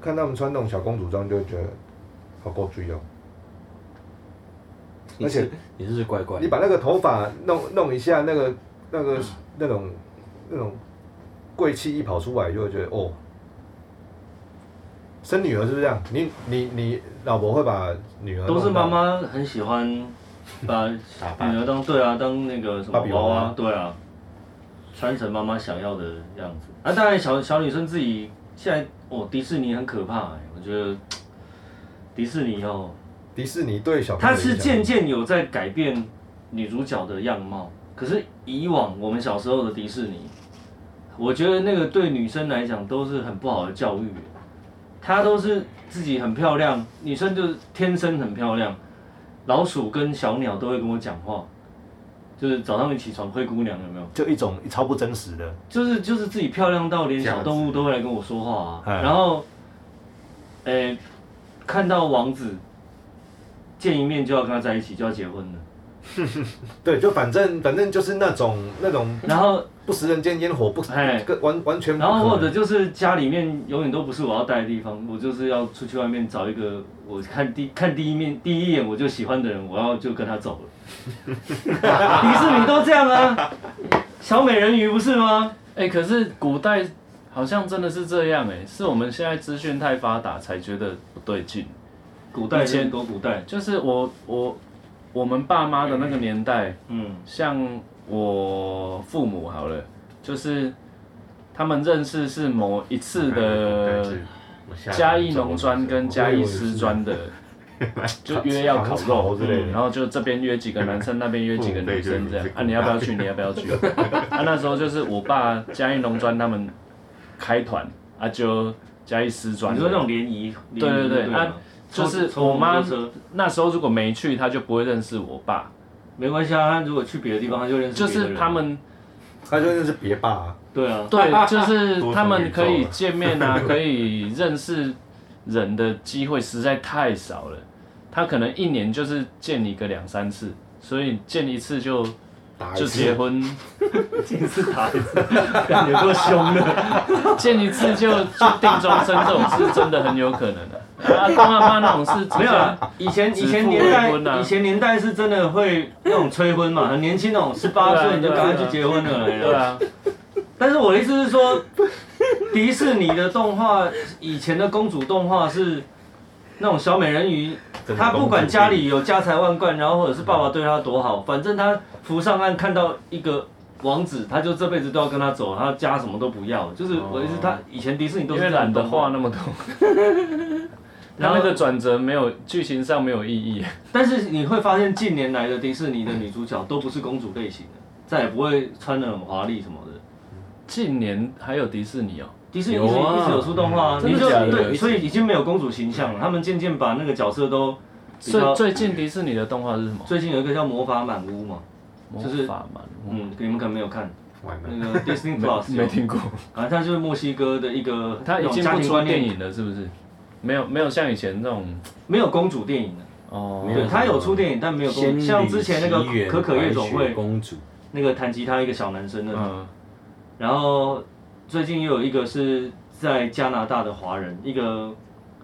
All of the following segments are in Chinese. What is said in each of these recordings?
看他们穿那种小公主装，就会觉得好够追哦。你是而且你是不是怪怪你的，把那个头发弄弄一下，那个那个那种那种贵气一跑出来，就会觉得哦，生女儿是不是这样？你你你老婆会把女儿弄都是到妈妈很 喜欢把打扮女儿当对啊，当那个什么芭比娃娃娃娃，对啊，穿成妈妈想要的样子。啊，当然小小女生自己现在哦，迪士尼很可怕、欸，我觉得迪士尼哦，迪士尼对小朋友它的影响，是渐渐有在改变女主角的样貌，可是以往我们小时候的迪士尼，我觉得那个对女生来讲都是很不好的教育，她都是自己很漂亮，女生就是天生很漂亮，老鼠跟小鸟都会跟我讲话，就是早上一起床灰姑娘有没有？就一种超不真实的，就是就是自己漂亮到连小动物都会来跟我说话哎啊。然后，诶、看到王子见一面就要跟他在一起，就要结婚了。对，就反正反正就是那种那种然后，不食人间烟火，不哎跟完完全不然后可或能者就是家里面永远都不是我要待的地方，我就是要出去外面找一个我看第看第一面第一眼我就喜欢的人，我要就跟他走了。迪士尼都这样啊，小美人鱼不是吗？哎、可是古代好像真的是这样哎、是我们现在资讯太发达才觉得不对劲。古代以前人多古代，就是我我我们爸妈的那个年代，嗯，像我父母好了，就是他们认识是某一次哎的嘉义农专跟嘉义师专的，就约要烤肉之类的嗯然后就这边约几个男生，那边约几个女生父母辈就这样是这。个啊，你要不要去？你要不要去？啊，那时候就是我爸嘉义农专他们开团，啊就嘉义师专你的，说那种联谊，对对联谊对吗啊就是从我妈从摩托车那时候如果没去，他就不会认识我爸，没关系啊，他如果去别的地方，他就认识就别的是人他们他就认识别霸、啊，对啊，对，就是多重他宇们宙可以了见 面啊，可以认识人的机会实在太少了。他可能一年就是见你个两三次，所以见一次就打一就次结 婚，近视打一 次，感觉够凶的。见一次就就定终身，这种事真的很有可能的、啊。阿公阿妈那种事直接没有啊啦，以前以指腹前年为婚代，啊以前年代是真的会那种催婚嘛，很年轻那种，十八对啊岁你就对啊赶快去结婚了。哎对啊，但是我的意思是说，迪士尼的动画，以前的公主动画是那种小美人鱼，真的她不管公家主病里有家财万贯，然后或者是爸爸对她多好，反正她浮上岸看到一个王子，她就这辈子都要跟他走，她家什么都不要。就是我的意思，她以前迪士尼都因是为这样懒的得动画啊画，那么多，他 然后那个转折没有剧情上没有意义。但是你会发现近年来的迪士尼的女主角都不是公主类型的，再也不会穿的很华丽什么的。近年还有迪士尼哦，迪士尼一有直啊一直有出动画啊，嗯真的你就假的对，所以已经没有公主形象了。他们渐渐把那个角色都比最较。最近迪士尼的动画是什么？最近有一个叫《魔法满屋》嘛，魔就是法满屋，嗯，你们可能没有看完了， 那个 Disney 哦没 Plus，没有听过。反正它就是墨西哥的一个他已经那种家不庭出观电念，影了，是不是？没有没有像以前那种没有公主电影了。哦，没对，它有出电影，但没有公，像之前那个可可夜总会，公主，那个弹吉他一个小男生的，嗯，然后最近又有一个是在加拿大的华人，一个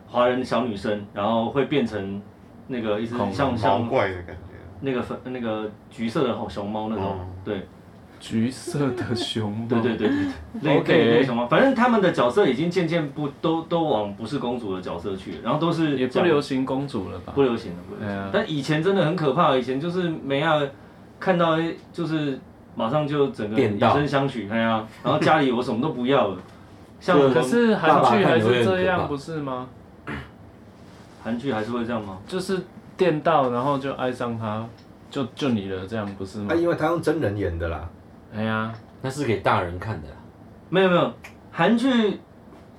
华人小女生，然后会变成那个一只恐龙像毛像怪的感觉，那个粉那个橘色的熊猫那种哦，对橘色的熊猫，对对对对，类嗯 OK 类类熊猫，反正他们的角色已经渐渐不都都往不是公主的角色去了，然后都是也不讲流行公主了吧不？流行了，不流行对啊但以前真的很可怕，以前就是梅亚看到哎就是马上就整个变以道身相许，哎呀，然后家里我什么都不要 了，像我可们是韩剧爸还爸看是有点这可怕样，不是吗？韩剧还是会这样吗？就是电到，然后就爱上他，就就你了，这样不是吗啊，？哎因为他用真人演的啦，哎呀，那是给大人看的啦。没有没有，韩剧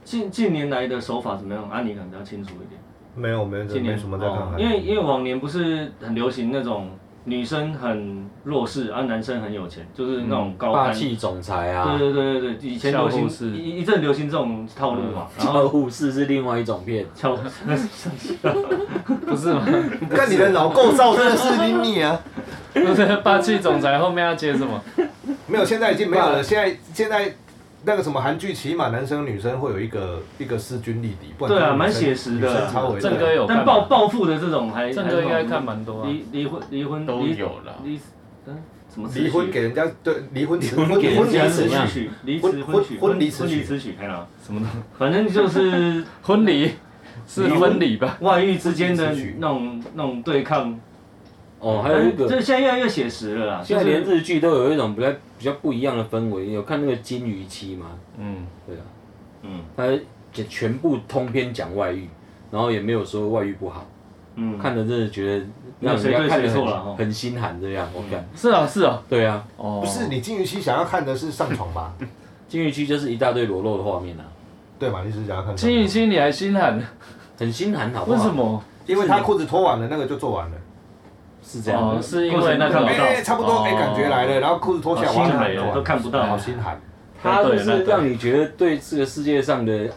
近近年来的手法怎么样？啊，你可能比较清楚一点。没有没有近年没什么在看哦韩剧、因为因为往年不是很流行那种女生很弱势，啊，男生很有钱，就是那种高霸攀。气总裁啊对，对对对对，以前流校护士行一一阵流行这种套路嘛，然然后护士是另外一种片，翘不是吗？看你的脑构造真的是你你啊，不是霸气总裁后面要接什么？ 啊没有，现在已经没有了，现在现在那个什么韩剧，起码男生女生会有一个一个势均力敌，不然对啊女生蛮写实女的生超伟大郑哥有啊但看暴吗，暴富的这种还郑哥应该看蛮多啊。离离婚离婚都离有了离嗯什么词曲离婚给人家对离 婚离婚给人离家婚词词样曲离婚词婚婚曲婚离词婚离曲词曲看了，什么东西？反正就是婚礼是婚礼吧？外遇之间的婚礼词曲那种那种对抗，哦，还有一嗯这个，现在越来越写实了啦，现就在连是日剧都有一种比较比较不一样的氛围。有看那个《金鱼期》吗？嗯，对啊，嗯他全全部通篇讲外遇，然后也没有说外遇不好，嗯看着真的觉得那让谁人家对看谁得错了哦嗯很很心寒这样。我看，是啊是啊，对啊，哦， 不是你金鱼期想要看的是上床吧？ 金鱼期就是一大堆裸露的画面啊，对嘛？你是想要看上床金宇，清你还心寒，很心寒，好不为好？什？么？因为他裤子脱完了，那个就做完了。是这样哦的，是因为那看不个到哎，差不多，哎，哦感觉来了，然后裤子脱下来，好哇心那寒就哦做完了都看不到好心寒。他就那是对让你觉得对这个世界上的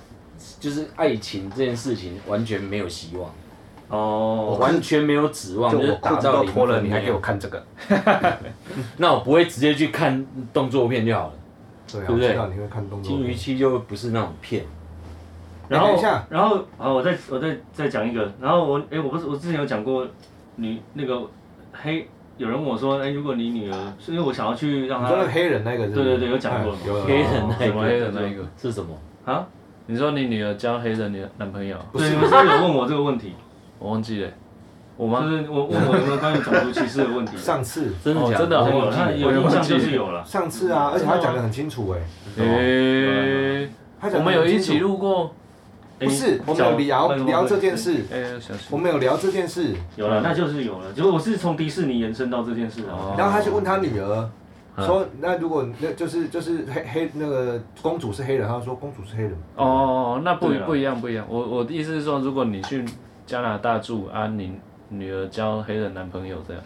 就是爱情这件事情完全没有希望，哦，完全没有指望，就就是我打裤子到都零脱了，分你那还样给我看这个？那我不会直接去看动作片就好了。对啊，对不对我知道你会看动作金片。鱼期就不是那种片，然后哎等一下然后啊，我再我再再讲一个，然后我哎，我不是我之前有讲过，你那个黑有人问我说，哎，如果你女儿，是因为我想要去让你她说那个黑人那个是不是？对对对有讲过哎有有有黑人那什么黑个人那一个？是什么？啊，你说你女儿交黑人的男朋友，对，你们是不是有问我这个 问题？我忘记了，我就吗？是我问我有没有关于种族歧视的问题？ 上次真的哦假真的有哦有那有印象就是有了，上次啊，而且他讲的很清楚哎，诶，他讲得很我清楚们有一起录过，哎不是我们有聊聊这件，事，哎，小心我们有聊这件事，有了，那就是有了。就是我是从迪士尼延伸到这件事啊的、哦然后他去问他女儿。嗯说那如果那就是就是黑黑那个公主是黑人，他说公主是黑人，哦，那不对啊不一样，不一样。我我的意思是说，如果你去加拿大住啊，你女儿交黑人男朋友这样，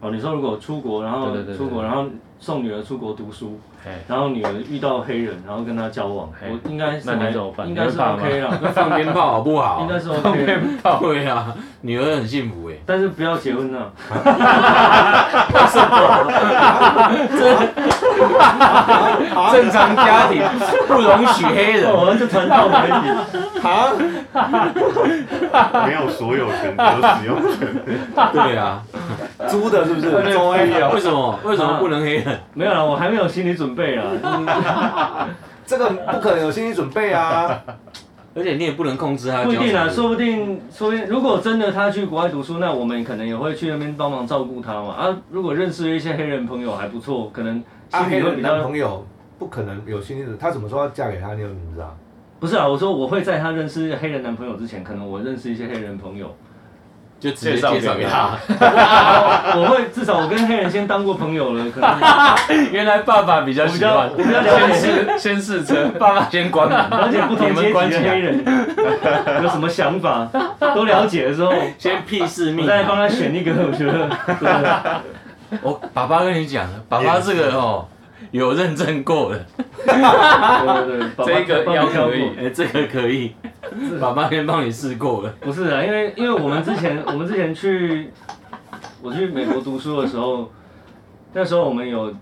哦，你说如果出国，然后对对对对出国，然后送女儿出国读书，哎，然后女儿遇到黑人，然后跟他交往，嘿我应该是那你还怎么办应该你是会怕吗 OK 啦，那放鞭炮好不好？ 应该是 OK 啦。 对啊，女儿很幸福哎，但是不要结婚啊！正常家庭不容许黑人。我们就传道而已。没有所有权，只有使用权。对啊，租的是不是？为什么为什么不能黑人？ 没有啦，我还没有心理准备啦。这个不可能有心理准备啊！而且你也不能控制他。不一定啊，说不定，说不定，如果真的他去国外读书，那我们可能也会去那边帮忙照顾他嘛。啊，如果认识一些黑人朋友还不错，可能啊，心黑里会人比男较……朋友不可能有心理准备，他怎么说要嫁给他，你有怎么知道？不是啊，我说我会在他认识黑人男朋友之前，可能我认识一些黑人朋友，就直接介绍给他。我会至少我跟黑人先当过朋友了，可能 原来爸爸比较我比喜较欢我比较了先解试 先试车，爸爸先关门，了解不同你阶级们关起的黑来，人有什么想法，都了解的时候，先屁事我命。再帮他选一个，我觉得对我爸爸跟你讲，爸爸这个哦有认证过的，对对，爸爸这个爸要爸挑过可以。哎，这个可以，爸爸先帮你试过了。不是啊，因为因为我们之前我们之前去我去美国读书的时候，那时候我们有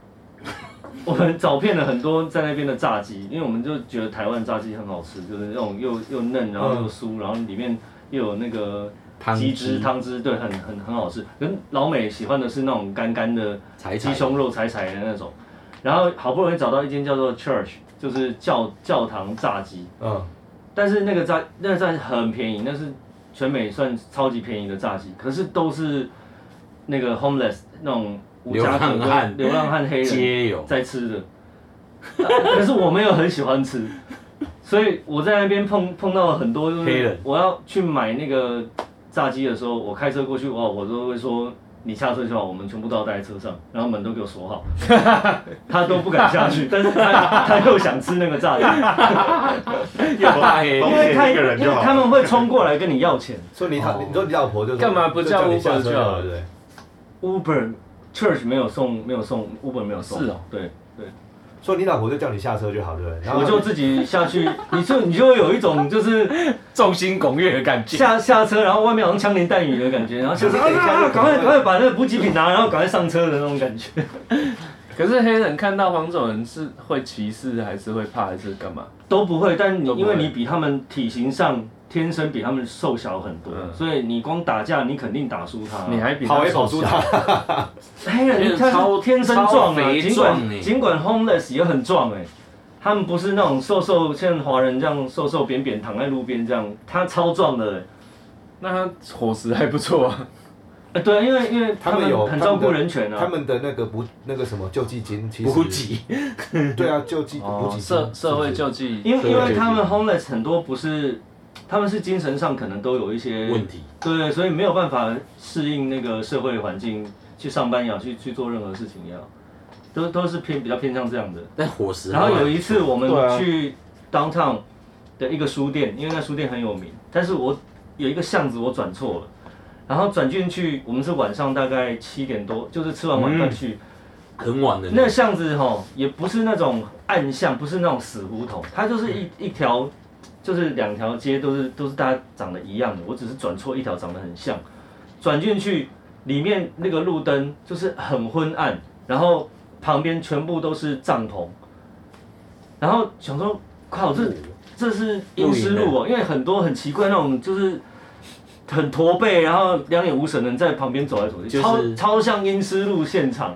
我们找遍了很多在那边的炸鸡，因为我们就觉得台湾炸鸡很好吃，就是那种又又嫩，然后又酥，然后里面又有那个汤鸡汁汁汤汁，对，很很很好吃。可是老美喜欢的是那种干干的才鸡才胸肉柴柴的那种，然后好不容易找到一间叫做 Church，就是教教堂炸鸡。嗯，但是那个炸那个炸鸡很便宜，那是全美算超级便宜的炸鸡，可是都是那个 homeless 那种无家可流浪汉归、流浪汉黑人皆有。在吃的，可是我没有很喜欢吃，所以我在那边碰碰到了很多就是黑人我要去买那个炸鸡的时候，我开车过去哇，我都会说。你下车就好，我们全部都要待在车上，然后门都给我锁好，他都不敢下去，但是他他又想吃那个炸鸡，又怕黑 因因为为他他一个人就因好为他们会冲过来跟你要钱。所以你他，你说你老婆就干嘛不叫叫 Uber 你下车就好了对不对？ Uber Church 没有送，没有送 Uber 没有送。是哦，对，所以你老婆就叫你下车就好，对不对？然后我就自己下去，你就你就会有一种就是众星拱月的感觉。下下车，然后外面好像枪林弹雨的感觉，然后想就是哎说等一下啊就啊赶快赶快把那个补给品拿，然后赶快上车的那种感觉。可是黑人看到黄种人是会歧视，还是会怕，还是干嘛？ 都不会，但你都不因会为你比他们体型上天生比他们瘦小很多，嗯所以你光打架你肯定打输他、哎你还比他跑也跑瘦输小他，黑人他超是天生壮超啊，肥尽壮欸管尽管 homeless 也很壮哎、他们不是那种瘦瘦像华人这样瘦瘦扁扁躺在路边这样，他超壮的、欸。那他伙食还不错啊。呃对啊，因为因为他们有很照他顾们的人权 他啊，们的那个补那个什么救济金，其实补给， 对啊，救济补哦给，金社社会是不救济，因为对因对为对他们 homeless 很多不是，他们是精神上可能都有一些问题，对，所以没有办法适应那个社会环境，去上班也好，去去做任何事情也好，都都是偏比较偏向这样的。但伙食然还后好。有一次我们对啊去 downtown 的一个书店，因为那书店很有名，但是我有一个巷子我转错了，然后转进去，我们是晚上大概七点多，就是吃完晚饭去，很晚的，那巷子吼也不是那种暗巷，不是那种死胡同，它就是一一条，就是两条街都是都是大家长得一样的，我只是转错一条长得很像，转进去里面那个路灯就是很昏暗，然后旁边全部都是帐篷，然后想说靠这这是阴湿路哦，因为很多很奇怪那种就是。很驼背，然后两眼无神的人在旁边走来走去，就是超超像阴湿路现场。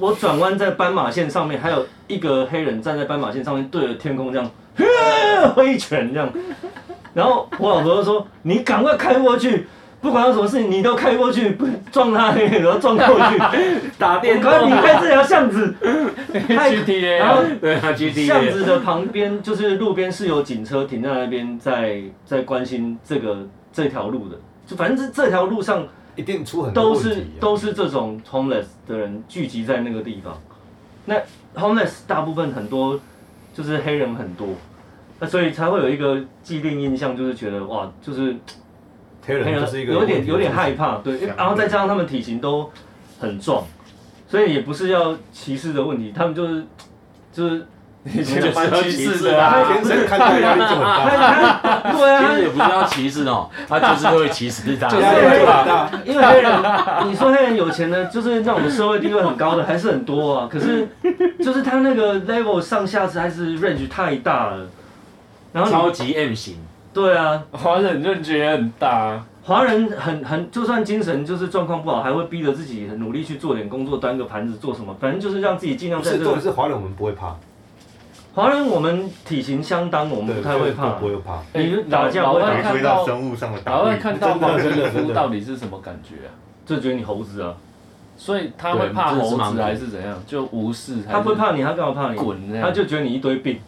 我转弯在斑马线上面，还有一个黑人站在斑马线上面，对着天空这样 挥拳这样。然后我老婆就说：“你赶快开过去，不管有什么事情，你都开过去，不撞他，然后撞过 去，打赶快离开这条巷 子。太” GTA 然后啊对啊，G T 巷子的旁边就是路边是有警车停在那边，在在关心这个这条路的，就反正这这条路上是一定出很多都问题是啊都是这种 homeless 的人聚集在那个地方。那 homeless 大部分很多就是黑人很多，那所以才会有一个既定印象，就是觉得哇，就是黑黑人人就是一个有点问题有点害怕，对，想然后再加上他们体型都很壮，所以也不是要歧视的问题，他们就是 就是以前蛮歧视的啊天生看待压力就很大， 对 其实啊。也不是要歧视哦，他就是会歧视他。压力就很 大。因为黑人，你说黑人有钱的，就是那种社会地位很高的，还是很多啊。可是，就是他那个 level 上下还是 range 太大了。然后超你，级 M 型，对啊，华人就觉得很大啊，华人很很，就算精神就是状况不好，还会逼着自己很努力去做点工作，端个盘子做什么，反正就是让自己尽量不在是，这重个点。是华人我们不会怕，华人我们体型相当，我们对，不太会怕不。会怕。你打架不会没打哎老外看注意到到，生物上的打老外位，看到真的黄真的皮真肤的到底是什么感觉啊？就觉得你猴子啊，所以他会怕对这是猴盲子点还是怎样？就无视还他是不会怕你，他干嘛怕你？滚这样？哦他就觉得你一堆病，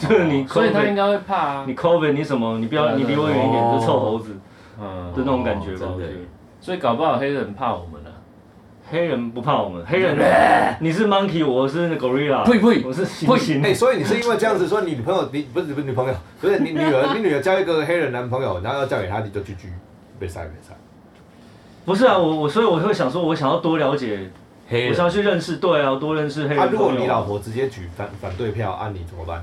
就是你 COVID，所以他应该会怕啊。你 COVID 你什么？你不对要，啊你离我远一对啊点，这臭猴子。嗯就那种感觉吧哦，真我觉的得。所以搞不好黑人怕我们啊了。黑人不怕我们，黑人你是 monkey，我是 gorilla，呸呸我是猩猩。哎，所以你是因为这样子说，你女朋友你不是不是女朋友，不是你女儿，你女儿交一个黑人男朋友，然后要嫁给他，你就去狙，被杀被杀。啊不是啊，我我所以我会想说，我想要多了解，黑我人想要去认识，对啊，多认识黑人啊，朋友。如果你老婆直接举反反对票，啊，你怎么办？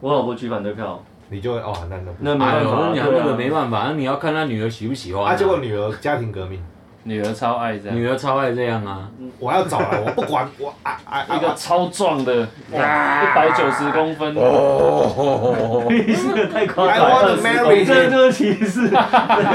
我老婆举反对票，你就会哦，那那不那没哎办呦，法，那你对那啊个没办法，那你要看他女儿喜不喜欢啊。啊，结果女儿家庭革命，女儿超爱这样，女儿超爱这样啊，我要找了，我不管，我啊啊一个啊！超壮的，一百九十公分，哦你真的太夸来张了， ，want to marry 你这就是歧视，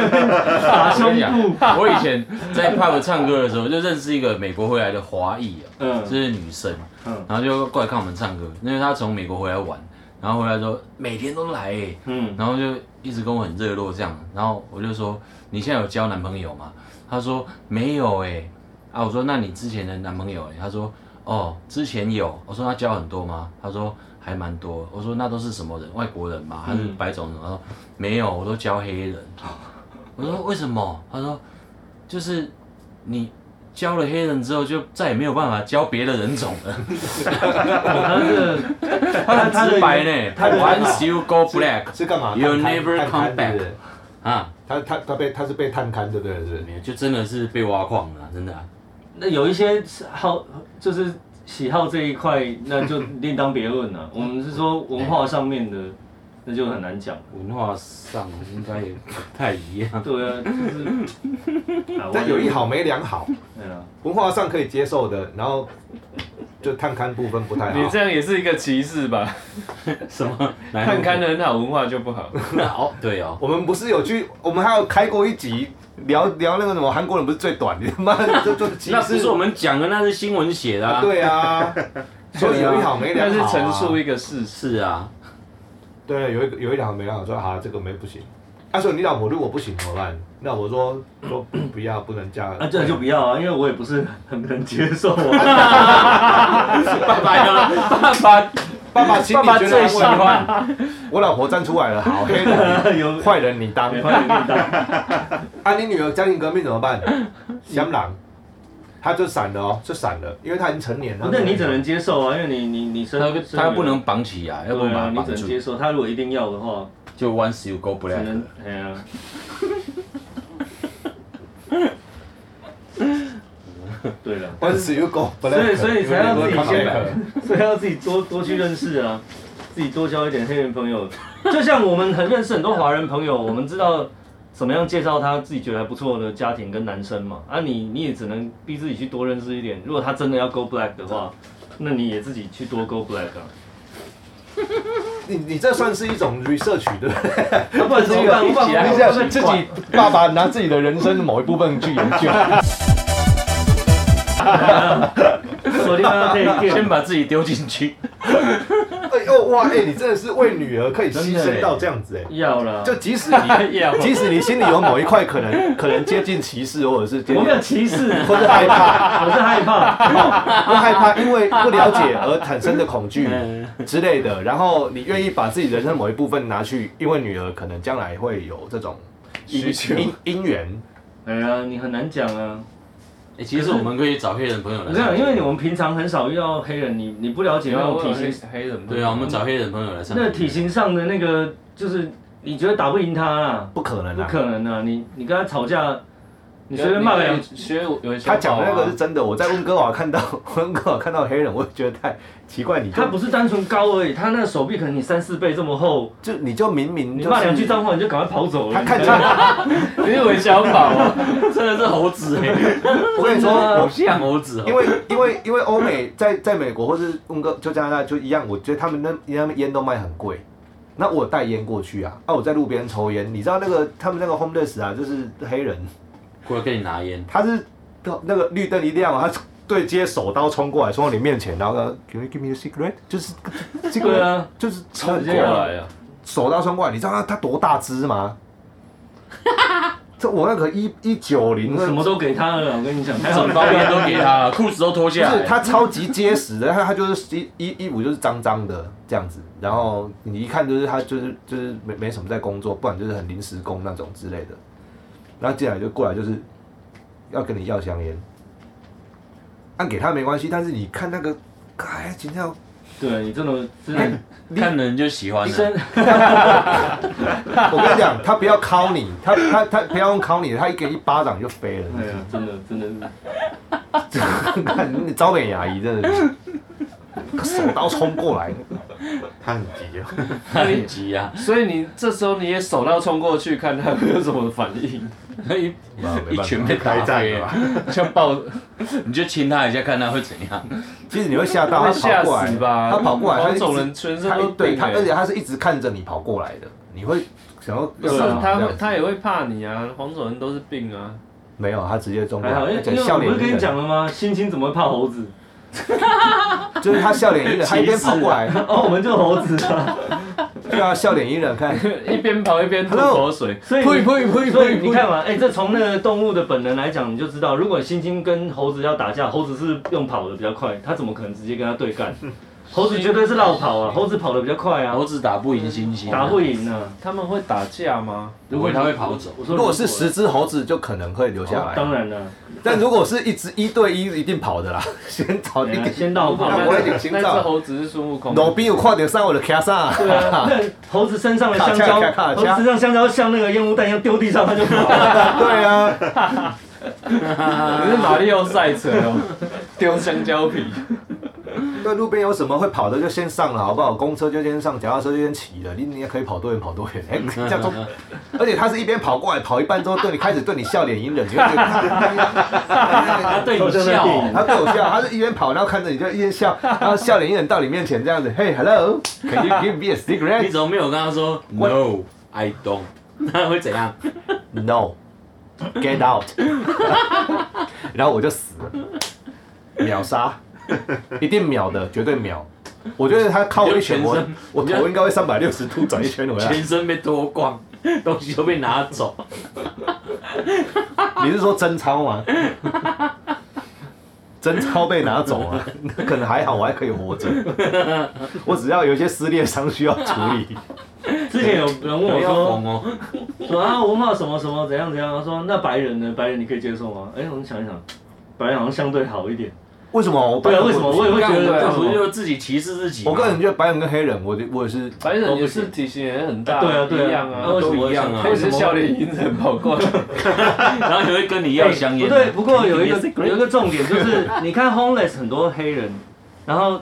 打胸部，我以前在 pub 唱歌的时候，就认识一个美国回来的华裔啊，嗯这是女生，嗯然后就过来看我们唱歌，因为她从美国回来玩，然后回来说每天都来、欸，嗯，然后就一直跟我很热络这样，然后我就说你现在有交男朋友吗？她说没有哎、啊我说那你之前的男朋友、欸？她说哦之前有，我说他交很多吗？她说还蛮多，我说那都是什么人？外国人吗？还是嗯白种人？她说没有，我都交黑人。我说为什么？她说就是你。交了黑人之后，就再也没有办法交别的人种了。 他是他很直白呢他的，Once you go black 是干嘛 You'll 探勘 never 探勘 come 对不对啊，他他他被他是被探勘，对不对？是不是没有，就真的是被挖矿了，真的啊、那有一些是好就是喜好这一块，那就另当别论了。我们是说文化上面的，那就很难讲。文化上应该也不太一样。 对啊，就是，啊但有一，好没两好，我对啊，文化上可以接受的，然后就探勘部分不太你好这。样也是一个歧视吧？什么？哪一看种看的很好，文化就不 好。哦， 对哦，我们不是有去，我们还有开过一集聊聊那个什么韩国人不是最短 的，妈的就就其那不实是我们讲的，那是新闻写的啊。，对 啊，所以有一好没两但是好、啊。陈述一个事实，是啊，对，有一个有一两个没让我说啊，这个没不行。他、说你老婆如果不行怎么办？那我说说不不要，不能嫁。啊这就不要啊，因为我也不是很能接受啊。爸爸呢？啊爸爸，爸爸心里爸爸觉得最安喜慰吗欢。我老婆站出来了，好，黑人有你坏人你当。没办法遇啊，你女儿家庭革命怎么办？ 香囊，他就闪了哦，就闪了，因为他已经成年了哦到，。那你只能接受啊，因为你你你他身又身 他又为不能绑起啊，要不对然把啊，他你只绑能住，接受。他如果一定要的话，就 once you go 只 black 能。哎呀，哎对了。但是又够，本来所以所以才要自己有点先多看法所以要自己多多去认识啊，自己多交一点黑人朋友。就像我们很认识很多华人朋友，我们知道怎么样介绍他自己觉得还不错的家庭跟男生嘛。啊你，你也只能逼自己去多认识一点。如果他真的要 go black 的话，那你也自己去多 go black 啊。你你这算是一种 research 对不对？啊不然怎么 办？我把你这样自己爸爸拿自己的人生某一部分去研究， 锁定他这一先点，把自己丢进去，哎哦哇哎，你真的是为女儿可以牺牲到这样子哎。要啦。就即使你， 即使你心里有某一块可能可能接近歧视，或者是接我近没有歧 视，或者害怕，我是害怕。或害怕因为不了解而产生的恐 惧哎 之类的，然后你愿意把自己人生某一部分拿去，因为女儿可能将来会有这种因因因缘，哎呀，你很难讲啊。 哎，其实我们可以找黑人朋友来我跟你上讲，节目。因为你我们平常很少遇到黑人，你你不了解那种体型，黑人对啊，我们找黑人朋友来上节目。那体型上的那个，就是你觉得打不赢他啊，不可能不啊！可能啊！你你跟他吵架，你随便骂个两句，学有一些他讲的那个是真的，我在温哥华看到 温哥华看到黑人，我也觉得太奇怪，你就他不是单纯高而已，他那个手臂可能你三四倍这么厚，就你就明明你就骂两句是脏话你就赶快跑走了。他看你起知道吗来，你是韦小宝啊？ 真的是猴子哎，我跟你说，好 我像猴子哦。因为因为因为欧美在在美国或是用个就加拿大就一样，我觉得他们那他们烟都卖很贵。那我有带烟过去啊，啊我在路边抽烟，你知道那个他们那个 homeless 啊，就是黑人，过来跟你拿烟，他是那个绿灯一亮，啊他对接手刀冲过来，冲到你面前，然后呢，Can you give me a cigarette？就是这对个啊，就是冲过来啊！手刀冲过来，你知道他他多大只吗？ 这我那个一一九零，什么都给他了，我 跟你讲，还好整包烟都给他了，裤子都脱就下是来。他超级结实的，他他就是衣衣衣服就是脏脏的这样子，然后你一看就是他就是就是没没什么在工作，不然就是很临时工那种之类的。然后进来就过来就是要跟你要香烟，按、给他没关系，但是你看那个，哎，今 天对你真的真 的看人就喜欢啊 医了。生，我跟你讲，他不要敲你，他他他不要用敲你，他一给一巴掌就飞了。啊 哎呀，真的真的是。看你招点牙医真的是，手刀冲过 来，他很急啊， 他很急啊，所以你这时候你也手刀冲过去，看他会有什么反 应，一一拳被打开战飞了了吧，？就爆你就亲他一下，看他会怎样。其实你会吓到，会他吓跑过来死吧？他跑嗯过来，他黄就一种直人全身他都一对病他，欸而且他是一直看着你跑过来的，你会想要不是干嘛这他会样子他也会怕你啊，黄种人都是病啊。没有，他直接中过还来，好，因而为且因为我笑不脸是跟迎你讲人，了吗？星星怎么会怕猴子？就是他笑脸迎 人，他一边跑过来，哦，我们就猴子啊。对啊，笑脸迎人， 看一边跑一边吐 Hello 口水，所以呸你呸呸所呸以你呸！看嘛，哎、这从那个动物的本能来讲，你就知道，如果猩猩跟猴子要打架，猴子是用跑的比较快，它怎么可能直接跟它对干？猴子绝对是绕跑啊，猴子跑的比较快啊猴，子打不赢猩猩，打不赢啊。他们会打架吗？不会，他会跑走。我说如果是十只猴子，就可能会留下来，哦当然了，但如果是一只一对一，一定跑的啦， 先找对一啊个。先绕跑。那我也有心那脏只猴子是孙悟空。路边有看到上我的卡上，对啊，那猴子身上的香蕉卡卡，卡卡猴子身上香蕉像那个烟雾弹一样丢地上，它就跑了。对啊，你是马里奥赛车哦，丢香蕉皮。 那路边有什么会跑的就先上了，好不好？公车就先上，脚踏车就先骑了，你你也可以跑多远跑多远。嗯哎、这样都， 而且他是一边跑过来，跑一半之后对你开始对你笑脸迎人，你就觉 得他对你都在笑那电哦，影他对我笑，他是一边跑然后看着你就一边笑，然后笑脸迎人到你面前这样子。Hey hello，can you give me a 你 cigarette？No，怎么没有跟他说 No I don't？那 会怎样？ get out，然后我就死了，秒 杀，一定秒的，绝对秒。我觉得他靠我一拳，我我头应该会三百六十度转一圈啊回来。全身被脱光， 东西都被拿走，你是说真钞吗？ 真钞被拿走啊，那可能还好，我还可以活着。我只要有一些撕裂伤需要处理，之前有人问我要说疯哦。说啊文茂什么什么怎样怎样，他说那白人呢？白人你可以接受吗？哎，我们想一想，白人好像相对好一点。为什么？我对啊，为什么我也会觉干得？这不为是什么就自己歧视自己吗？我个人觉得白人跟黑人，我我也是白人也是体型也很大，对啊对啊一样啊，那为什么都一样啊他也是笑脸迎人跑过来，然后也会跟你要香烟。啊不对，不过有一个有一个重点就是， 你看 homeless 很多黑人，然后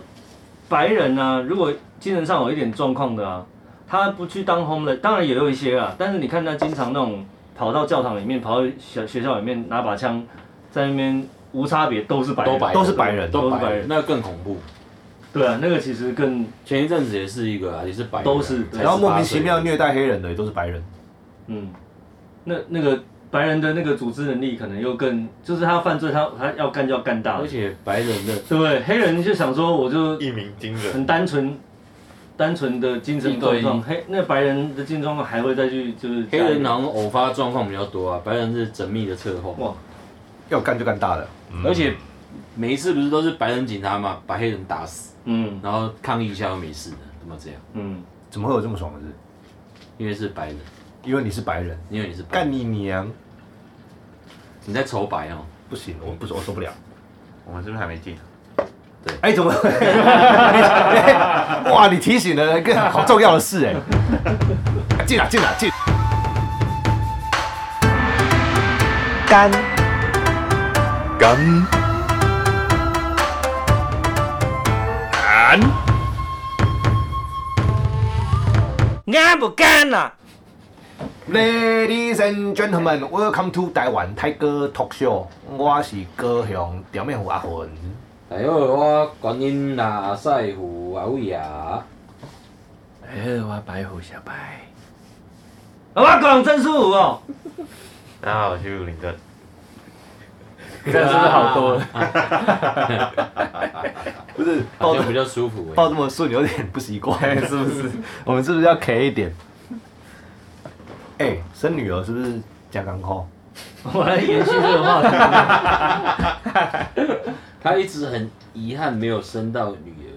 白人呢、如果精神上有一点状况的啊，他不去当 homeless，当然也有一些啊，但是你看他经常那种跑到教堂里面，跑到小学校里面拿把枪，在那边无差别都是白人，都白都是白人，都都是白白人人，那更恐怖。对啊，那个其实更前一阵子也是一个啊，也是白人啊，都是才对然后莫名其18岁妙虐待黑人的也都是白人。嗯，那那个白人的那个组织能力可能又更，就是他犯罪他他要干就要干大而的，且白人的对不对？黑人就想说我就一鸣惊人，很单纯，单纯的精神状一对况，一黑那白人的精神状况还会再去就是黑加人一个好像偶发状况比较多啊，白人是缜密的策划，哇，要干就干大嗯了，而且每一次不是都是白人警察嘛，把黑人打死，嗯然后抗议一下又没事的，怎么这样？嗯，怎么会有这么爽的事？因为是白人，因为你是白人，因为你是白人，干你娘！你在丑白哦，不行，我不我受不了。我们是不是还没进？哎， 怎么？哇，你提醒了一个好重要的事哎！ 进来，进来，进！干干俺不干了。 ，Ladies and gentlemen，welcome to 台湾泰哥 talk show，我是高雄表面虎阿魂。哎呦，我观音啦，赛虎啊，威啊，哎，我白虎小白，我讲真数哦， 大家好，我是陆林哥。这啊样是不是好多了？不是好抱像比较舒服欸。抱这么顺有点不习惯，哎是不是？我们是不是要 K 一点？哎、生女儿是不是加港口？我来延续这个话题。他一直很遗憾没有生到女儿，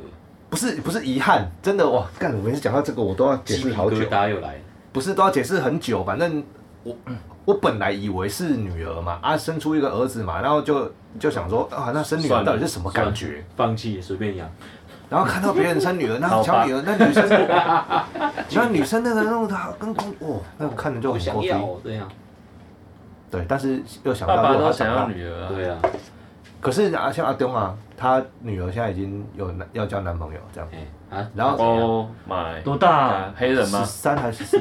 不是不是遗憾，真的哇！干，我每次讲到这个，我都要解鸡释皮好久疙，瘩又来了。不是都要解释很久。反正我我本来以为是女儿嘛，啊，生出一个儿子嘛，然后就就想说啊，那生女儿到底是什么感觉？放弃随便养，然后看到别人生女儿，那好吧小女儿，那女生，然后女生那个弄她跟公哦，那我看着就不很想过要分。哦这样。对，但是又想到爸爸如果都她想长大要女儿啊，对啊，可是啊，像阿东啊，他女儿现在已经有男要交男朋友这样，哎啊，然后，Oh my，多大啊啊？黑人十吗？三还是四？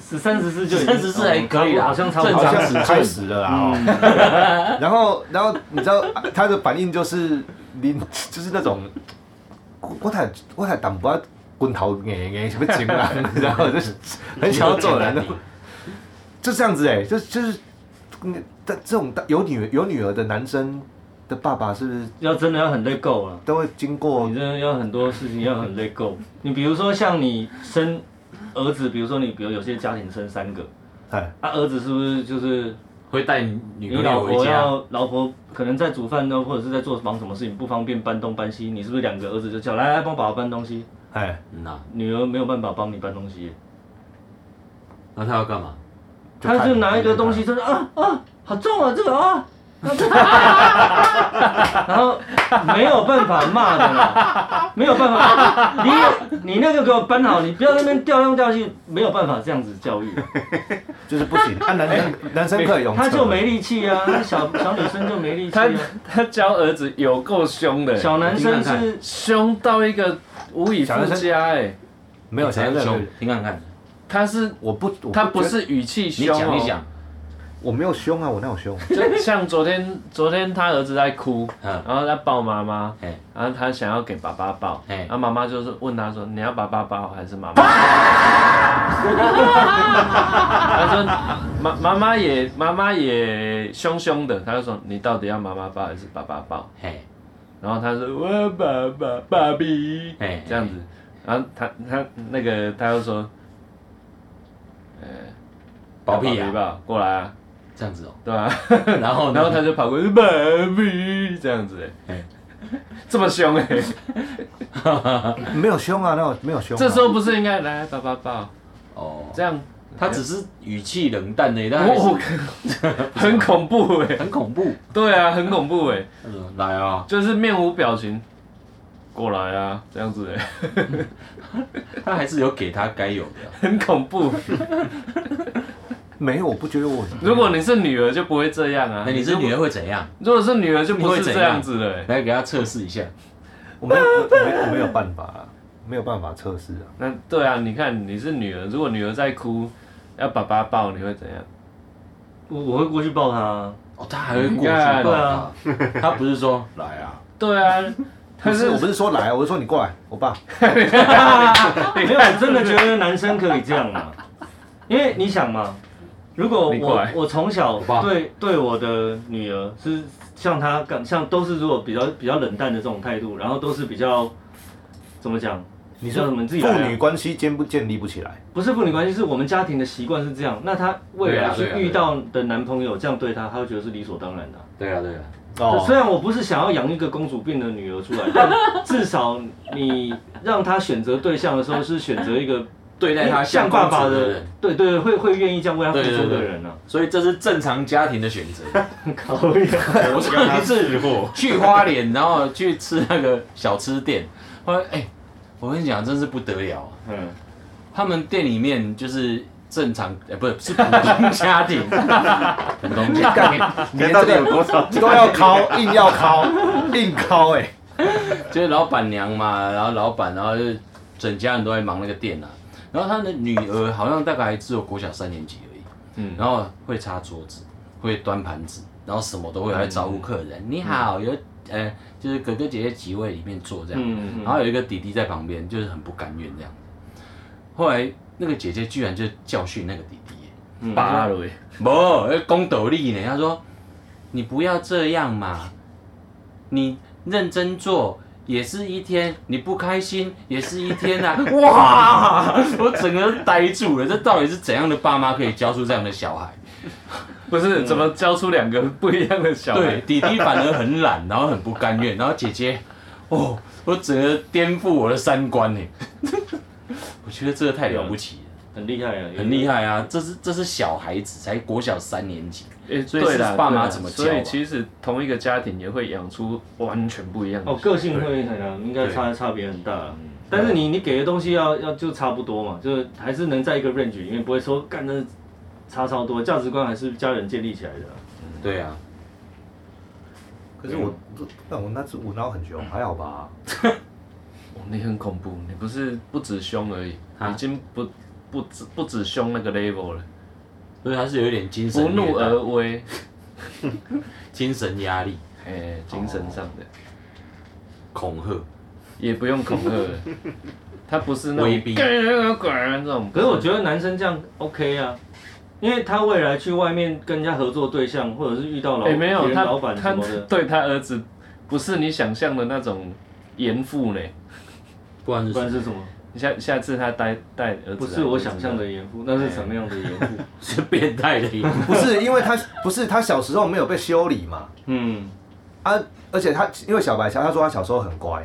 十三十四就已经34还可以啦好像差不正好多。常像是开始了啦、哦。 然后，然后你知道啊他的反应就是你就是那种，我我太我太淡薄滚头硬硬什么啊情郎，然后就是很想要做人啊的，就这样子哎、就就是，嗯但这种大有女有女儿的男生的爸爸是不是要真的要很累够了，都会经过你真的要很多事情要很累够。你比如说像你生儿子，比如说你比如有些家庭生三个，哎？啊儿子是不是就是会带女你朋老友回婆家，要老婆可能在煮饭呢，或者是在做忙什么事情不方便搬东搬西，你是不是两个儿子就叫来来帮爸爸搬东西？哎，嗯呐，女儿没有办法帮你搬东西，那他要干嘛？就看她就拿一个东西，就是啊啊，好重啊这个啊，然后没有办法骂的啦，没有办法，你有你那个给我搬好，你不要在那边调用调去，没有办法这样子教育，就是不行。啊，男生男生可以用车，他就没力气啊，那小小女生就没力气、他啊，他教儿子有够凶的，欸小男生你是凶到一个无以复加哎。没有你才男生可以凶，听看看，他是我不，我他不觉得，是语气你凶讲一哦，讲，我没有凶啊，我哪有凶？就像昨天昨天他儿子在哭，嗯，然后他抱妈妈哎，然后他想要给爸爸抱，哎然后妈妈就是问他说：“你要爸爸抱还是妈妈？”啊他说：“妈妈妈也妈妈也凶凶的。”他就说：“你到底要妈妈抱还是爸爸抱嘿，？”然后他说：“我要爸爸爸比。”嘿，这样子，然后他他那个他又说：“呃，包屁爸啊比吧，过来啊，这样子哦，对吧、 啊然后呢然后他就跑过去，爸比这样子、哎哎，这么凶哎、没有凶啊，那我没有凶啊。这时候不是应该来爸爸抱哦，这样？他只是语气冷淡的，但还 我我是 很恐怖哎、很恐怖。对啊，很恐怖哎、他说来啊，就是面无表情，过来啊，这样子哎、他还是有给他该有的啊。 很恐怖。没有，我不觉得我。如果你是女儿就不会这样啊，那哎你这就不女儿会怎样？如果是女儿就不你是会怎这样样子的、哎来给他测试一下，我没有，我没我没有办法啊，没有办法测试啊。那对啊，你看你是女儿，如果女儿在哭，要爸爸抱，你会怎样？我我会过去抱他、啊，哦，他还会过去干抱他，他不是说啊来啊，对啊，不但是，是我不是说来，啊我是说你过来，我爸。 没有，我真的觉得男生可以这样啊，因为你想嘛，如果你过我来我从小吧对对我的女儿是像她刚像都是如果比较比较冷淡的这种态度，然后都是比较怎么讲？你叫说什么自己来啊父女关系建不建立不起来？不是父女关系，是我们家庭的习惯是这样。那她未来去对啊对啊遇到的男朋友这样对她，她会觉得是理所当然的啊、对啊对啊，哦虽然我不是想要养一个公主病的女儿出来，但至少你让她选择对象的时候是选择一个对待他哎像像爸爸爸爸的的人，，对对，会会愿意这样为他付出对对的对人啊， 所以这是正常家庭的选择。可以啊，我上一次 去花莲，然后去吃那个小吃店，后来哎、我跟你讲，真是不得了、啊，嗯，他们店里面就是。正常，哎、不是是普通家庭，普通家庭，哦你连这个多少？都要敲，硬要敲，硬敲哎。就是老板娘嘛，然后老板，然后就是整家人都在忙那个店啊。然后他的女儿好像大概只有国小三年级而已，嗯嗯，然后会擦桌子，会端盘子，然后什么都会，还会招呼客人。你好，有呃，就是哥哥姐姐几位里面坐这样，嗯嗯然后有一个弟弟在旁边，就是很不甘愿这样。后来那个姐姐居然就教训那个弟弟耶，嗯爸了喂，无，讲道理呢。他说：“你不要这样嘛，你认真做也是一天，你不开心也是一天啊！” 哇，我整个人呆住了。这到底是怎样的爸妈可以教出这样的小孩？不嗯是怎么教出两个不一样的小对，孩？弟弟反而很懒，然后很不甘愿，然后姐姐，哦，我整个颠覆我的三观呢。欸 我觉得这个太了不起了，很厉害啊，很厉害啊！这是这是小孩子，才国小三年级。诶所以对是啦爸妈对啦怎么教啊所以其实同一个家庭也会养出完全不一样的哦，个性会很啊，应该差差别很大嗯啊。但是你你给的东西要要就差不多嘛，就是还是能在一个 range 里面，不会说干的差超多，价值观还是家人建立起来的啊。对啊，可是我，但我那次我闹很凶，还好吧？哦你很恐怖，你不是不止凶而已，啊已经不不止不止凶那个 level 了，所以他是有一点精神不怒虐待而威，精神压力、哎，精神上的恐吓，也不用恐吓了，他不是那威种逼干管这种，可是我觉得男生这样 OK 啊，因为他未来去外面跟人家合作对象，或者是遇到老哎、没别有人他老板他什么的，对他儿子不是你想象的那种严父呢。不然是不然什是什么？下下次他带带儿子来，不是我想象的严父，那是什么样的严父？么是变态 的也，不是，因为他不是他小时候没有被修理嘛嗯啊，而且他因为小白小他说他小时候很乖，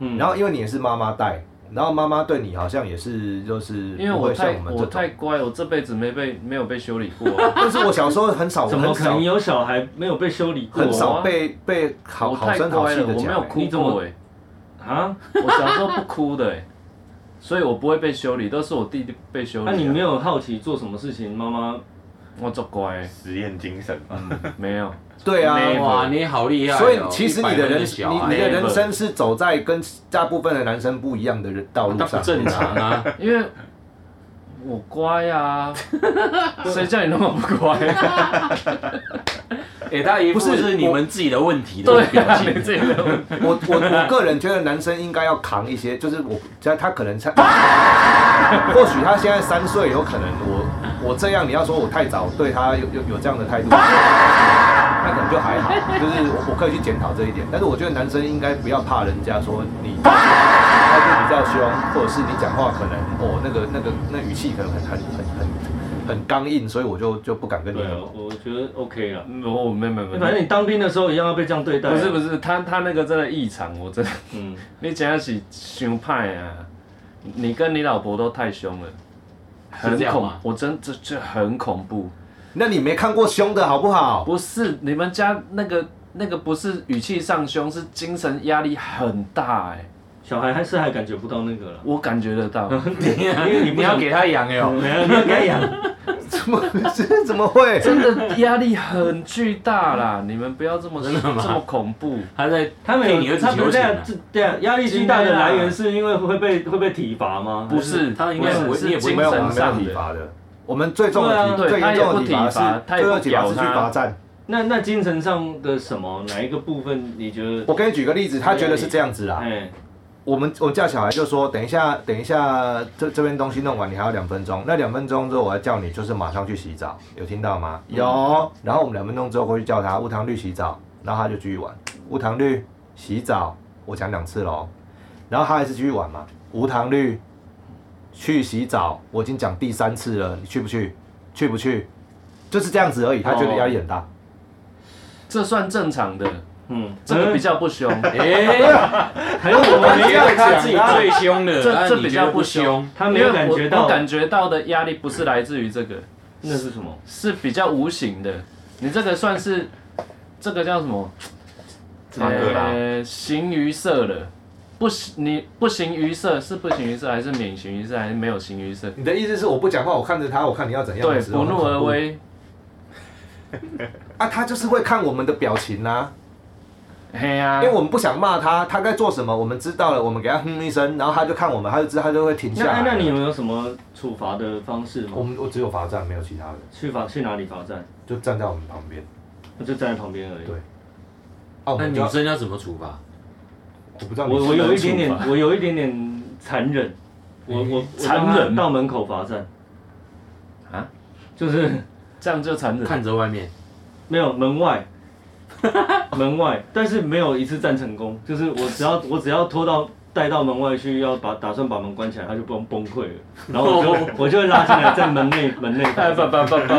嗯，然后因为你也是妈妈带，然后妈妈对你好像也是，就是因为不我会像太我们这我种。太乖，我这辈子没被没有被修理过啊、但是我小时候很少，我 怎么很可少能有小孩没有被修理过很少啊被被好我好太声好乖气了，的欸我没有讲。哭你怎么过哎、啊？我小时候不哭的哎、所以我不会被修理，都是我弟弟被修理、那啊。你没有好奇做什么事情，妈妈我做乖、欸，嗯实验精神嘛。没有，对啊， Never 哎哇，你好厉害哦！所以其实你的100分人，小你孩你的人 Never 生是走在跟大部分的男生不一样的人道路哦那上不。正常 啊！因为我乖啊，谁叫你那么不乖、啊哎，他一副不是是你们自己的问题的 对表啊，情你，自己都我我我个人觉得男生应该要扛一些，就是我他他可能才，或许他现在三岁，有可能我我这样，你要说我太早对他有有有这样的态度，那可能就还好，就是我我可以去检讨这一点。但是我觉得男生应该不要怕人家说你态度比较凶，或者是你讲话可能哦那个那个那语气可能很很很很很刚硬，所以我就就不敢跟你对啊合，我觉得 OK 了。我哦没没没反正你当兵的时候一样要被这样对待啊。嗯不是不是，他他那个真的异常，我真的，嗯，你真的是凶派啊！你跟你老婆都太凶了，很是这样恐吗，我真这这很恐怖。那你没看过凶的好不好？ 不是你们家那个那个不是语气上凶，是精神压力很大哎、小孩还是还感觉不到那 个了。我感觉得到。为你 你你嗯不要想给他养哟。没有，你应该养。 怎么这怎么会？真的压力很巨大啦！你们不要这么这么恐怖。他在他们骗你有，儿子他们求这情样啊，这对啊，压力巨大的来源是因为会被会被体罚吗？不是，他应该不我是你也是不精没会有，我们神没有上体的。罚的。我们最重的对体啊最对严重的体罚他是也不体罚他也最不后体罚是去屌他罚站。那那精神上的什么哪一个部分你觉得？我给你举个例子，他觉得是这样子啦。哎，我们我叫小孩就说，等一下，等一下，这这边东西弄完，你还有两分钟。那两分钟之后，我要叫你就是马上去洗澡，有听到吗？有。然后我们两分钟之后回去叫他无糖绿洗澡，然后他就继续玩无糖绿洗澡，我讲两次喽。然后他还是继续玩嘛，无糖绿去洗澡，我已经讲第三次了，你去不去？去不去？就是这样子而已，他觉得压力很大。这算正常的，嗯，这个比较不凶。哎，还有 我们没有他自己最凶的，这啊这你比觉得较不不凶凶。他没有感觉因为我我到，感觉到的压力不是来自于这个，那是什么？是比较无形的。你这个算是这个叫什么？么了啦呃，形于色了。不行，你不形于色是不形于色，还是免形于色，还是没有形于色？你的意思是我不讲话，我看着他，我看你要怎样？哦对，不怒而威。啊！他就是会看我们的表情啊，嘿呀、因为我们不想骂他，他该做什么我们知道了，我们给他哼一声，然后他就看我们，他就知他就会停下那来。那你有没有什么处罚的方式我吗？们我只有罚站，没有其他的，去罚去哪里罚站？就站在我们旁边。我就站在旁边而已。对啊，我那们就女生要怎么处罚？我不知道你我我有一点处罚点，我有一点点残忍，我我我残让他忍到门口罚站，啊， 就是这样就残忍。看着外面，没有门外，门外，但是没有一次站成功，就是我只要我只要拖到带到门外去，要把打算把门关起来，他就不用崩溃了，然后我就我就会拉进来在门内门内打哎，不不不不，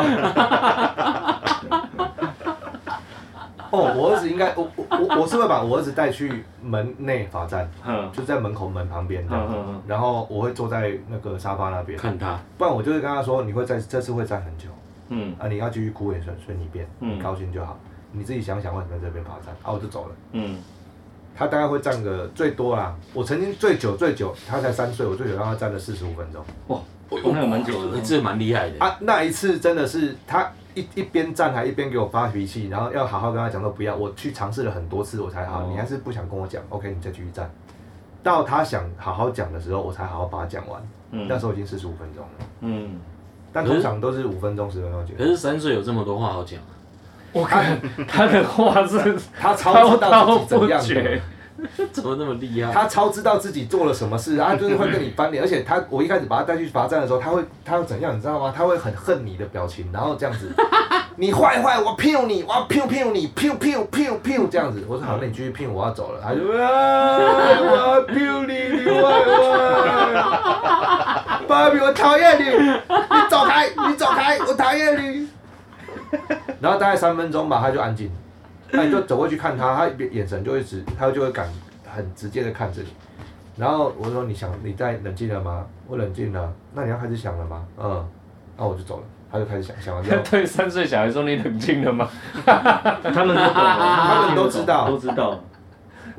哦，我儿子应该我我我我是会把我儿子带去门内罚站，嗯就在门口门旁边这样嗯嗯嗯然后我会坐在那个沙发那边，看他，不然我就是跟他说，你会在这次会站很久。嗯啊，你要继续哭也随随你便，嗯你高兴就好。你自己想想为什么在这边罚站，啊，我就走了。嗯，他大概会站个最多啦，我曾经最久最久，他才三岁，我最久让他站了四十五分钟。我那个蛮久的哎，这蛮厉害的。啊，那一次真的是他一一边站还一边给我发脾气，然后要好好跟他讲说不要，我去尝试了很多次我才好，哦你还是不想跟我讲，OK，你再继续站。到他想好好讲的时候，我才好好把他讲完。那嗯时候已经四十五分钟了，嗯，但可是通常都是五分钟、十分钟结可束。是三岁有这么多话好讲，我看他的话是他超滔知道滔自己怎不样的绝。。，怎么那么厉害？他超知道自己做了什么事，他就是会跟你翻脸，而且他我一开始把他带去罚站的时候，他会他会怎样，你知道吗？他会很恨你的表情，然后这样子，你坏坏，我骗你，我要骗骗你，骗骗骗骗这样子。我说好，那你继续骗，我要走了。他就啊，我要骗你，你坏坏，芭比，我讨厌你，你走开，你走开，我讨厌你。然后大概三分钟吧，他就安静。哎那你就走过去看他，他眼神就会直，他就会感很直接的看着你。然后我说你想你在冷静了吗？我冷静了，那你要开始想了吗？嗯，那我就走了。他就开始想，想完之后 对三岁小孩说你冷静了吗？ 他们都懂了，他们都知道嗯都知道。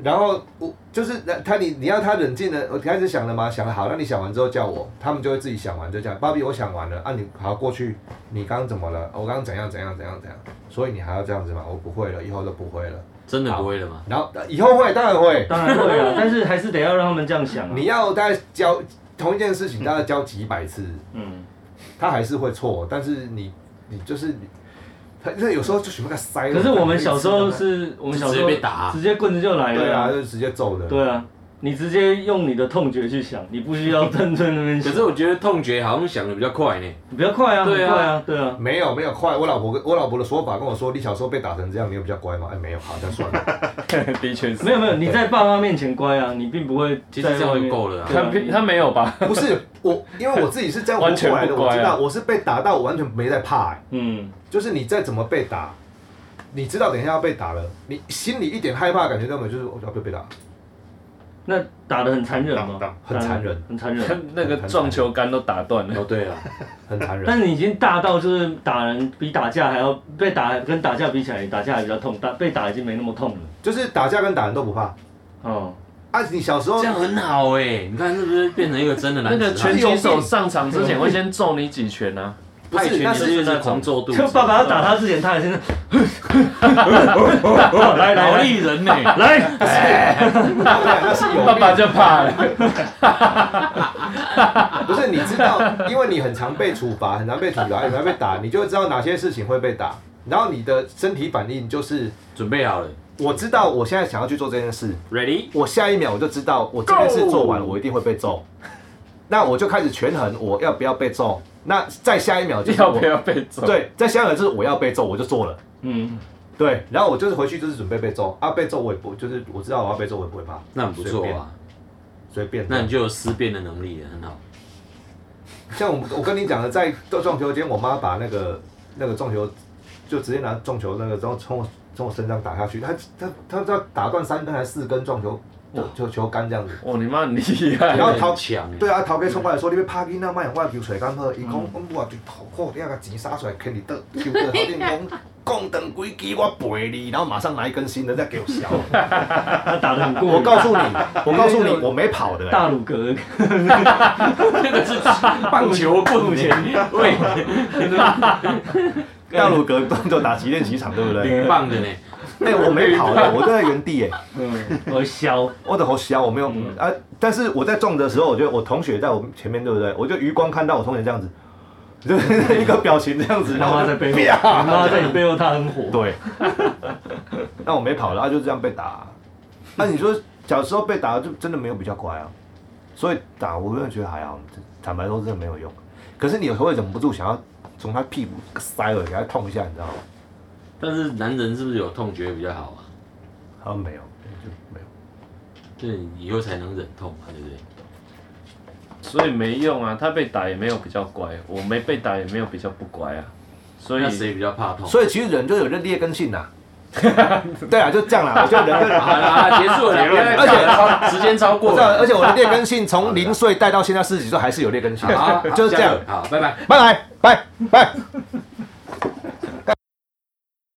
然后我就是那他你你要他冷静了，我开始想了吗？想了好，那你想完之后叫我，他们就会自己想完就这样。芭比，我想完了啊，你好过去，你刚刚怎么了？我刚刚怎样怎样怎样怎样，所以你还要这样子吗？我不会了，以后都不会了。真的不会了吗？然后呃以后会，当然会，当然会啊，但是还是得要让他们这样想啊。你要大概教同一件事情，大概教几百次，嗯，他还是会错，但是你你就是他，那有时候就喜欢给他塞了。可是我们小时候是我们小时候直接被打啊直接棍子就来对了啊，啊。就是直接揍的。对啊，你直接用你的痛觉去想，你不需要站在那边 可想是，我觉得痛觉好像想的比较快呢。你比较快啊，对啊很快啊，对啊。没有没有快，我老婆跟我老婆的说法跟我说，你小时候被打成这样，你有比较乖吗？哎，没有，好，那算 了。的确是，没有没有，你在爸妈面前乖啊，你并不会其实在这样外就面够了啊对他啊没他没 有吧？不是我，因为我自己是这样活过来的，完全不乖啊我知道我是被打到，我完全没在怕、哎嗯，就是你再怎么被打，你知道等一下要被打了，你心里一点害怕感觉都没有，就是我哦要被被打，那打得很残忍吗当当？很残忍，很残忍。那个撞球杆都打断了，哦，对啊了，很残忍。但是你已经大到就是打人比打架还要被打，跟打架比起来，打架还比较痛，打被打已经没那么痛了。就是打架跟打人都不怕哦，啊！你小时候这样很好哎。你看是不是变成一个真的那男个子拳汉？击手上场之前会先揍你几拳啊？不是泰拳那你是就是在狂揍肚子就，爸爸要打他之前，他还是那来劳来力人呢。 来来，啊那是 有爸爸就怕了，啊不是你知道，因为你很常被处罚，很常被处罚，很常被打，你就会知道哪些事情会被打，然后你的身体反应就是，准备好了我知道我现在想要去做这件事， ，ready？我下一秒我就知道我这件事做完了，我一定会被揍，那我就开始权衡我要不要被揍，那再下一秒就是 要我不要被揍？，对，再下一秒就是我要被揍，我就做了。嗯，对，然后我就是回去就是准备被揍啊，被揍我也不就是我知道我要被揍，我也不会怕，那很不错啊，随便。那你就有思辨的能力了，很好。像我我跟你讲的，在撞球间，我妈把那个那个撞球就直接拿撞球那个，然后从我从我身上打下去，她她她她打断三根还是四根撞球就球球杆这样子。哇，你妈很厉害 然，后很逃强欸，对啊，头家冲过来说你要拍囡仔，莫用我的球水干好。伊讲阮我对头壳遐个钱撒出来，肯定倒球倒好顶讲。讲断几支我赔你，然后马上拿一根新的再给我削。他打得很过瘾。 我告诉你，我告诉你，我没跑的、欸。大鲁格，那个是棒球棍欸，喂，大鲁格动作打击练习场，对不对？很棒的呢。哎、我没跑的，我都在原地哎、嗯，我削，我的好小，我没有、嗯啊，但是我在撞的时候，我觉得我同学在我前面，对不对？我就余光看到我同学这样子，就是一 个表情这样子，你然后妈我在就背后，你妈在你背后，她很火。对， 那我没跑了，他就这样被打、啊那你说小时候被打就真的没有比较乖啊，所以打我真的觉得还好，坦白说真的没有用。可是你有时候会忍不住想要从他屁股塞了给他痛一下，你知道吗？但是男人是不是有痛觉比较好啊？他说没有，就没有。对，以后才能忍痛嘛，对不对？所以没用啊。他被打也没有比较乖，我没被打也没有比较不乖啊。所以那谁比较怕痛？所以其实人就有这劣根性呐、 对啊，就这样啦。我觉得人跟好啦，结 束了，不要再而且讲了，时间超我过知道，而了。且我的劣 根性从零岁带到现在四十几岁还是有劣根性，好，就是这样下一。个好，拜拜。拜拜拜拜。